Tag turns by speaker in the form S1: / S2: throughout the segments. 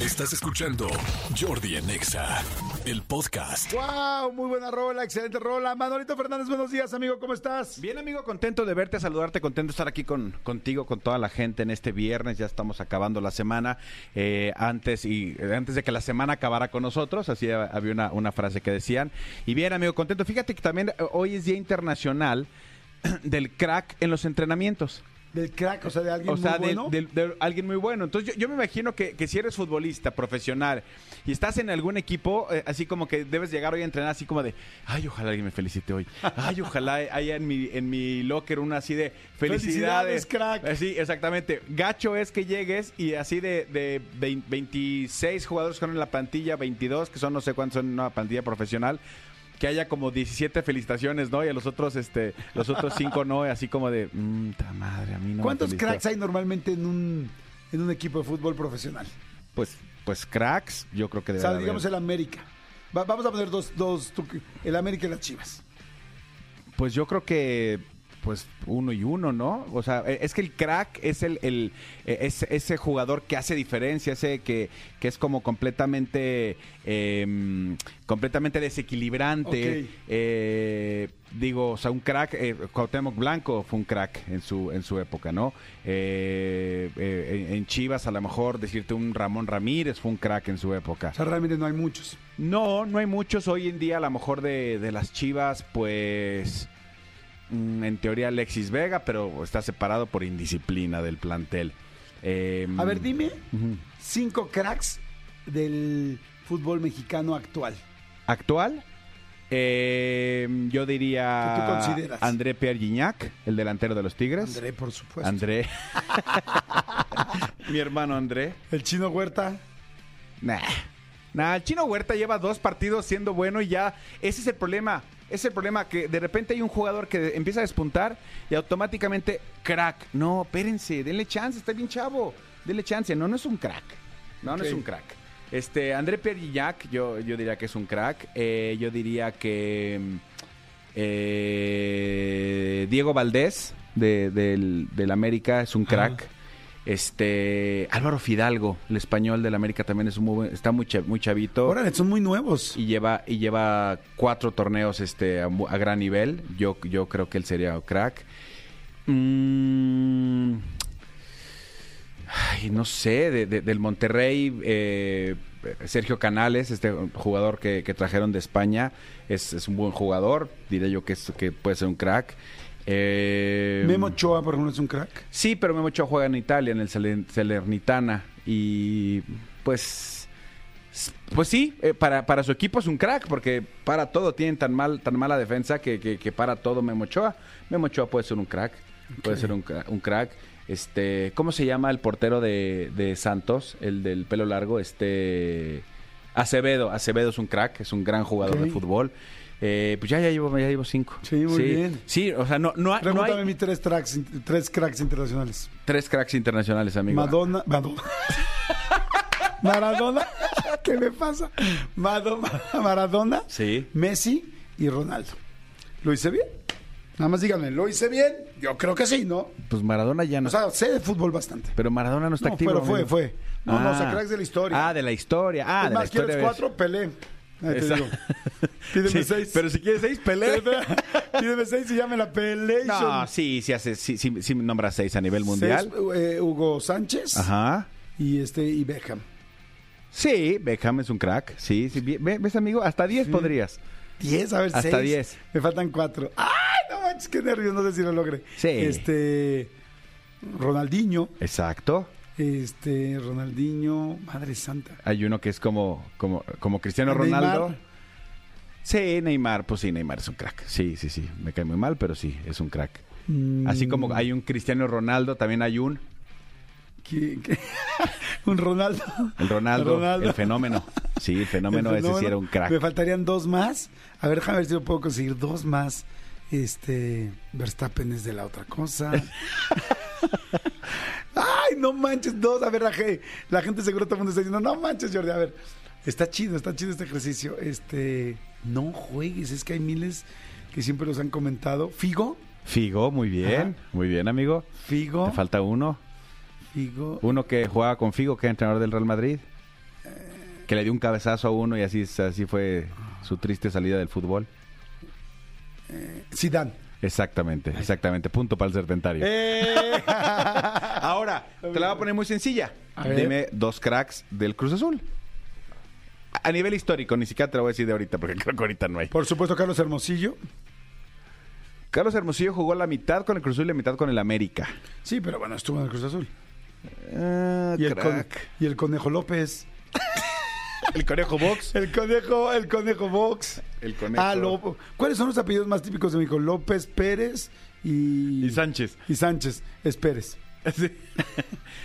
S1: Estás escuchando Jordi en EXA, el podcast.
S2: ¡Wow! Muy buena rola, excelente rola. Manolito Fernández, buenos días, amigo, ¿cómo estás?
S3: Pues, Bien, amigo, contento de verte, saludarte, contento de estar aquí con, contigo, con toda la gente en este viernes. Ya estamos acabando la semana. eh, antes, y, eh, antes de que la semana acabara con nosotros, así ha- había una, una frase que decían. Y bien, amigo, contento. Fíjate que también eh, hoy es Día Internacional del Crack en los entrenamientos.
S2: Del crack, o sea, de alguien
S3: O sea,
S2: muy
S3: del-
S2: bueno.
S3: del- de, alguien muy bueno. Entonces, yo, yo me imagino que, que si eres futbolista profesional y estás en algún equipo, eh, así como que debes llegar hoy a entrenar, así como de, ay, ojalá alguien me felicite hoy. Ay, ojalá haya en mi, en mi locker una así de
S2: Felicidades,
S3: felicidades.
S2: crack.
S3: Eh, Sí, exactamente. Gacho es que llegues y así de, de vein- 26 jugadores que son en la plantilla, 22, que son no sé cuántos son en una plantilla profesional. Que haya como 17 felicitaciones, ¿no? Y a los otros, este, los otros cinco no, así como de, mmm, madre, a mí no me
S2: ¿Cuántos
S3: felicitó".
S2: cracks hay normalmente en un, en un equipo de fútbol profesional?
S3: Pues, pues cracks, yo creo que
S2: O
S3: debe
S2: sea,
S3: de
S2: digamos
S3: haber.
S2: el América. Va- vamos a poner dos, dos, tú- el América y las Chivas.
S3: Pues yo creo que pues uno y uno, ¿no? O sea, eh, es que el crack es el, el eh, es- ese jugador que hace diferencia, ese que, que es como completamente eh, completamente desequilibrante.
S2: Ok.
S3: Eh, digo, o sea, un crack, eh, Cuauhtémoc Blanco fue un crack en su en su época, ¿no? Eh, eh, en- en Chivas a lo mejor decirte un Ramón Ramírez fue un crack en su época.
S2: O sea, realmente no hay muchos.
S3: No, no hay muchos hoy en día, a lo mejor de, de las Chivas, pues mm, en teoría Alexis Vega, pero está separado por indisciplina del plantel. Eh,
S2: A ver, dime
S3: ujú.
S2: cinco cracks del fútbol mexicano actual.
S3: ¿Actual? eh, yo diría
S2: ¿Qué tú consideras?
S3: André Pierre Gignac, el delantero de los Tigres.
S2: André, pues. por supuesto.
S3: André. Mi hermano André.
S2: El chino Huerta.
S3: Nah. Nah, el chino Huerta lleva dos partidos siendo bueno y ya. Ese es el problema. Es el problema que de repente hay un jugador que empieza a despuntar y automáticamente, crack. No, espérense, denle chance, está bien chavo. Denle chance. No, no es un crack. No, no es
S2: Ok.
S3: un crack. Este, André Pierrillac, yo, yo diría que es un crack. Eh, yo diría que. mm, eh, Diego Valdés, de, del, del América, es un crack. Este Álvaro Fidalgo, el español del América también es un muy buen- está muy, cha- muy chavito
S2: Órale, son muy nuevos.
S3: Oh. y lleva y lleva cuatro torneos este a, mu- a gran nivel. Yo yo creo que él sería un crack. Mm. Ay, no sé, de- de- del Monterrey, eh, Sergio Canales, este jugador que, que trajeron de España, es, es un buen jugador, diría yo que, es- que puede ser un crack. Eh,
S2: Memo Ochoa, por ejemplo, es un crack.
S3: Sí, pero Memo Ochoa juega en Italia, en el Salen- Salernitana. Y pues. Pues sí, eh, para, para su equipo es un crack, porque para todo tienen tan mal, tan mala defensa que, que- que para todo Memo Ochoa. Memo Ochoa puede ser un crack. Puede ser un, cra- un crack. Este, ¿cómo se llama el portero de, de Santos? El del pelo largo, este. Acevedo, Acevedo es un crack, es un gran jugador
S2: Ok.
S3: de fútbol. Eh, pues ya, ya llevo, ya llevo cinco.
S2: Sí, muy bien.
S3: Sí, o sea, no, no, ha- no
S2: Pregúntame
S3: hay
S2: mis tres, tracks, in- tres cracks internacionales.
S3: tres cracks internacionales, amigo.
S2: Madonna. Madonna. Maradona. ¿Qué me pasa? Madonna, Maradona.
S3: Sí.
S2: Messi y Ronaldo. ¿Lo hice bien? Nada más díganme, ¿lo hice bien? Yo creo que sí, ¿no?
S3: Pues Maradona ya no.
S2: O sea, sé de fútbol bastante.
S3: pero Maradona no está
S2: ah, no,
S3: activo.
S2: pero fue,
S3: amigo.
S2: fue. No, no, o sea,
S3: Ah.
S2: cracks de la historia.
S3: Ah, de la historia. Ah,
S2: es
S3: de la
S2: más,
S3: historia.
S2: ¿quieres
S3: de-
S2: cuatro? Pelé. Ahí te
S3: Esa-
S2: digo. Pídeme
S3: Sí,
S2: seis.
S3: Pero si quieres seis, pelea.
S2: Pídeme seis y ya me la pelation.
S3: no, sí, sí, hace, sí, sí, sí nombra seis a nivel mundial.
S2: Seis, eh, Hugo Sánchez
S3: Ajá.
S2: y este y Beckham.
S3: Sí, Beckham es un crack. Sí, sí. vi- ve- ¿Ves, amigo? Hasta diez podrías.
S2: Diez, a ver,
S3: Hasta
S2: seis.
S3: diez.
S2: Me faltan cuatro. ¡Ay, no manches! ¡Qué nervios! No sé si lo logré.
S3: Sí.
S2: Este... Ronaldinho.
S3: Exacto.
S2: Este... Ronaldinho. Madre santa.
S3: Hay uno que es como, como, como Cristiano
S2: Neymar.
S3: Ronaldo. Sí, Neymar, pues sí, Neymar es un crack. Sí, sí, sí. Me cae muy mal, pero sí, es un crack.
S2: Mm,
S3: Así como hay un Cristiano Ronaldo, también hay un
S2: ¿qué- qué? Un Ronaldo.
S3: El Ronaldo,
S2: Ronaldo.
S3: el fenómeno. Sí, el fenómeno,
S2: El
S3: ese sí
S2: fenómeno.
S3: era un crack.
S2: Me faltarían dos más. A ver, déjame ver si yo puedo conseguir dos más. Este, Verstappen es de la otra cosa. Ay, no manches, dos. A ver, la, ge- la gente seguro todo el mundo está diciendo, no manches, Jordi. A ver, está chido, está chido este ejercicio. Este, no juegues, es que hay miles que siempre los han comentado. Figo,
S3: Figo, muy bien,
S2: Ajá.
S3: muy bien, amigo.
S2: Figo,
S3: Te falta uno.
S2: Figo.
S3: Uno que jugaba con Figo, que era entrenador del Real Madrid.
S2: Eh.
S3: que le dio un cabezazo a uno y así, así fue su triste salida del fútbol.
S2: eh, Zidane.
S3: Exactamente, exactamente. Punto para el serpentario.
S2: Eh.
S3: Ahora, te la voy a poner muy sencilla.
S2: A ver.
S3: Dime dos cracks del Cruz Azul. A a nivel histórico, ni siquiera te lo voy a decir de ahorita, porque creo que ahorita no hay.
S2: Por supuesto, Carlos Hermosillo.
S3: Carlos Hermosillo jugó la mitad con el Cruz Azul y la mitad con el América.
S2: Sí, pero bueno, estuvo en el Cruz Azul. Y el, con-
S3: Ah, crack.
S2: y el Conejo López.
S3: El Conejo Box.
S2: El Conejo, el Conejo Box.
S3: El Conejo.
S2: Ah, Lobo. ¿Cuáles son los apellidos más típicos de México? López, Pérez y...
S3: Y Sánchez.
S2: Y Sánchez. Es Pérez.
S3: Sí.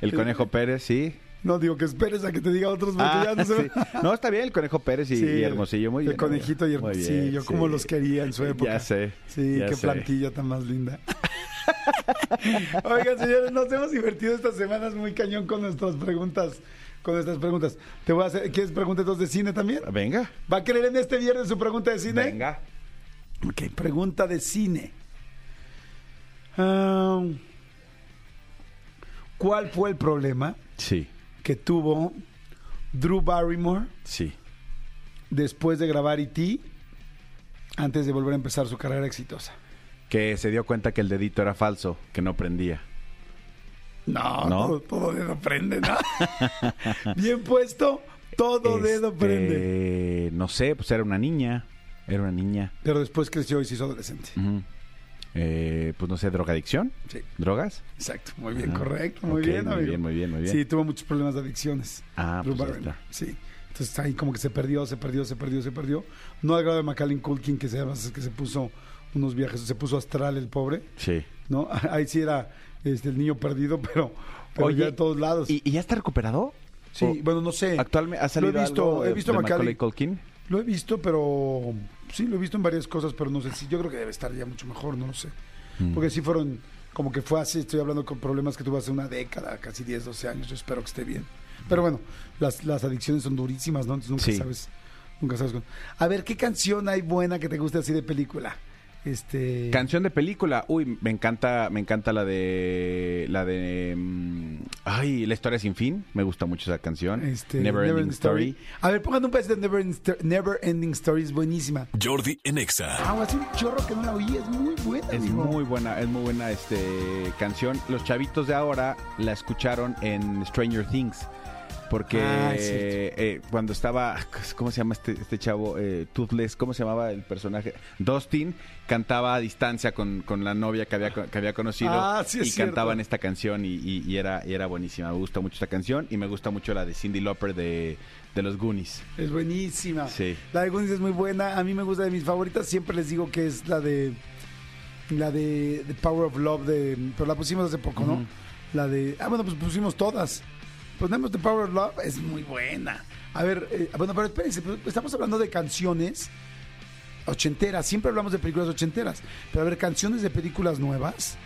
S3: El Conejo Pérez, sí.
S2: No digo que esperes a que te diga otros porque ya
S3: Ah,
S2: no se
S3: sí. No, está bien, el Conejo Pérez y,
S2: Sí,
S3: y Hermosillo, muy
S2: el
S3: bien.
S2: conejito y
S3: muy bien,
S2: Hermosillo,
S3: sí.
S2: como los quería en su época.
S3: Ya sé.
S2: Sí,
S3: ya
S2: qué
S3: sé.
S2: plantilla tan más linda. Oigan, señores, nos hemos divertido estas semanas muy cañón con nuestras preguntas. Con nuestras preguntas. Te voy a hacer, ¿quieres preguntas dos de cine también?
S3: Ah, Venga.
S2: ¿Va a querer en este viernes su pregunta de cine?
S3: Venga.
S2: Ok, pregunta de cine. Ah, ¿Cuál fue el problema
S3: Sí,
S2: que tuvo Drew Barrymore
S3: sí.
S2: después de grabar E.T. antes de volver a empezar su carrera exitosa?
S3: Que se dio cuenta que el dedito era falso, que no prendía.
S2: No,
S3: ¿No?
S2: Todo, todo dedo prende, ¿no? Bien puesto, todo dedo
S3: Este,
S2: prende.
S3: No sé, pues era una niña. Era una niña.
S2: Pero después creció y se hizo adolescente.
S3: Ujú. Eh, pues no sé, drogadicción.
S2: Sí,
S3: ¿Drogas?
S2: exacto. Muy bien,
S3: Ah,
S2: correcto. Muy
S3: ok,
S2: bien,
S3: muy
S2: amigo.
S3: bien, muy bien, muy bien.
S2: Sí, tuvo muchos problemas de adicciones.
S3: Ah,
S2: Drew
S3: pues ya
S2: Barrymore,
S3: está.
S2: Sí. Entonces ahí como que se perdió, se perdió, se perdió, se perdió. No al grado de Macaulay Culkin, que se, que se puso unos viajes, se puso astral el pobre,
S3: Sí.
S2: ¿no? Ahí sí era este, el niño perdido, pero, pero ya en todos lados.
S3: ¿Y, y ya está recuperado?
S2: Sí, bueno, no sé.
S3: Actualmente ha salido
S2: Lo he visto,
S3: algo de-
S2: he visto
S3: de
S2: Macaulay.
S3: Macaulay Culkin?
S2: Lo he visto, pero sí, lo he visto en varias cosas, pero no sé si yo creo que debe estar ya mucho mejor, no lo sé.
S3: Mm.
S2: Porque sí fueron, como que fue así, estoy hablando con problemas que tuvo hace una década, casi 10, 12 años, yo espero que esté bien. Pero bueno, las, las adicciones son durísimas, ¿no? Entonces nunca
S3: Sí.
S2: sabes, nunca sabes. cuándo. A ver, ¿qué canción hay buena que te guste así de película? Este...
S3: Canción de película. Uy, me encanta, me encanta la de la de mm, ay, la historia sin fin. Me gusta mucho esa canción.
S2: este,
S3: Never, Ending Story.
S2: A ver, pongan un pedacito de Never, Ending Stor- Never Ending Story, es buenísima.
S1: Jordi en Exa.
S2: Ah, hace un chorro que no la oí, es muy buena.
S3: Es
S2: amigo.
S3: muy buena, es muy buena este canción. Los chavitos de ahora la escucharon en Stranger Things. Porque
S2: Ah, es cierto.
S3: eh, cuando estaba, ¿cómo se llama este, este chavo? Eh, Toothless, ¿cómo se llamaba el personaje? Dustin cantaba a distancia con, con la novia que había, co- que había conocido
S2: Ah, sí, es
S3: y
S2: cierto.
S3: cantaban esta canción y, y- y era, y era buenísima. Me gusta mucho esta canción y me gusta mucho la de Cindy Lauper de, de los Goonies.
S2: Es buenísima.
S3: Sí.
S2: La de Goonies es muy buena. A mí me gusta de mis favoritas. Siempre les digo que es la de. La de The Power of Love. De, pero la pusimos hace poco, ¿no?
S3: Ujú.
S2: La de. Ah, bueno, pues pusimos todas. Ponemos The Power of Love. Es muy buena. A ver, eh, bueno, pero espérense. pues, Estamos hablando de canciones ochenteras. Siempre hablamos de películas ochenteras. Pero a ver, canciones de películas nuevas.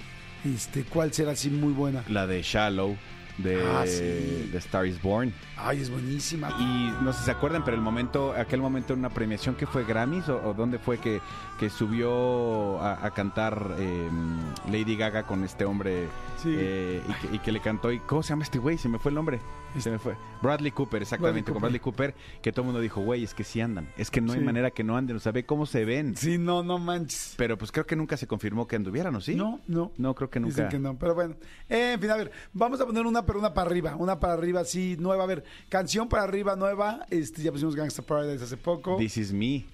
S2: Este, ¿Cuál será así muy buena?
S3: La de Shallow de,
S2: Ah, sí.
S3: de Star is Born.
S2: Ay, es buenísima.
S3: Y no sé si se acuerdan, pero el momento, aquel momento en una premiación que fue Grammys o, o dónde fue que, que subió a, a cantar eh, Lady Gaga con este hombre
S2: Sí.
S3: eh, y, que, y que le cantó. ¿Y ¿Cómo se llama este güey? Se me fue el nombre. Se me fue. Bradley Cooper,
S2: Bradley
S3: exactamente, con Bradley Cooper, que todo el mundo dijo, güey, es que sí andan. Es que no hay
S2: Sí.
S3: manera que no anden, o sea, ve cómo se ven.
S2: Sí, no, no manches.
S3: Pero pues creo que nunca se confirmó que anduvieran, ¿o sí?
S2: No, no.
S3: No, creo que nunca.
S2: Dicen que no, pero bueno. Eh, en fin, a ver, vamos a poner una, pero una para arriba. Una para arriba, sí, nueva. A ver, canción para arriba, nueva. Este, ya pusimos Gangsta Paradise hace poco.
S3: This is me,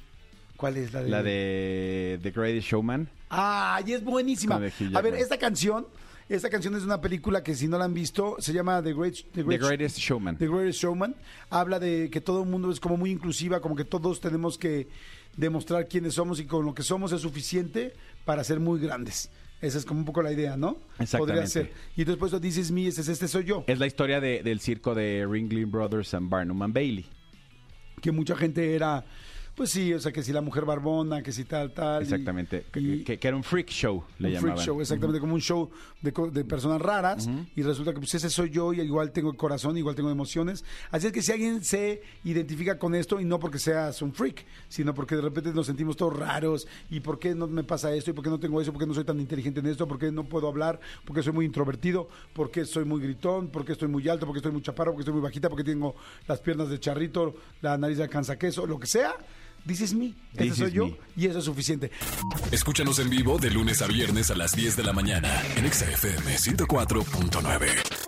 S2: ¿Cuál es la de?
S3: la de The Greatest Showman.
S2: Ah, y es buenísima.
S3: Con de Hugh
S2: A ver,
S3: Jackman.
S2: esta canción, esta canción es de una película que si no la han visto, se llama The Great, The
S3: The
S2: Great-
S3: Greatest Showman.
S2: The Greatest Showman habla de que todo el mundo es como muy inclusiva, como que todos tenemos que demostrar quiénes somos y con lo que somos es suficiente para ser muy grandes. Esa es como un poco la idea, ¿no?
S3: Exactamente.
S2: Podría ser. Y entonces por eso dices me, ese es este soy yo.
S3: Es la historia de- del circo de Ringling Brothers and Barnum and Bailey.
S2: Que mucha gente era Pues sí, o sea, que si la mujer barbona, que si tal, tal. y-
S3: Exactamente. Que-
S2: y-
S3: que, que era un freak show, le
S2: un
S3: llamaban.
S2: freak show, exactamente, como un show de, co- de personas raras. Y resulta que pues ese soy yo y igual tengo corazón, igual tengo emociones. Así es que si alguien se identifica con esto, y no porque seas un freak, sino porque de repente nos sentimos todos raros, y por qué no me pasa esto, y por qué no tengo eso, por qué no soy tan inteligente en esto, por qué no puedo hablar, por qué soy muy introvertido, por qué soy muy gritón, por qué estoy muy alto, por qué estoy muy chaparro, por qué estoy muy bajita, por qué tengo las piernas de charrito, la nariz de alcanzaqueso, lo que sea. Dices me, ese
S3: This
S2: soy
S3: is
S2: yo
S3: me.
S2: y eso es suficiente.
S1: Escúchanos en vivo de lunes a viernes a las 10 de la mañana en Exa FM 104.9.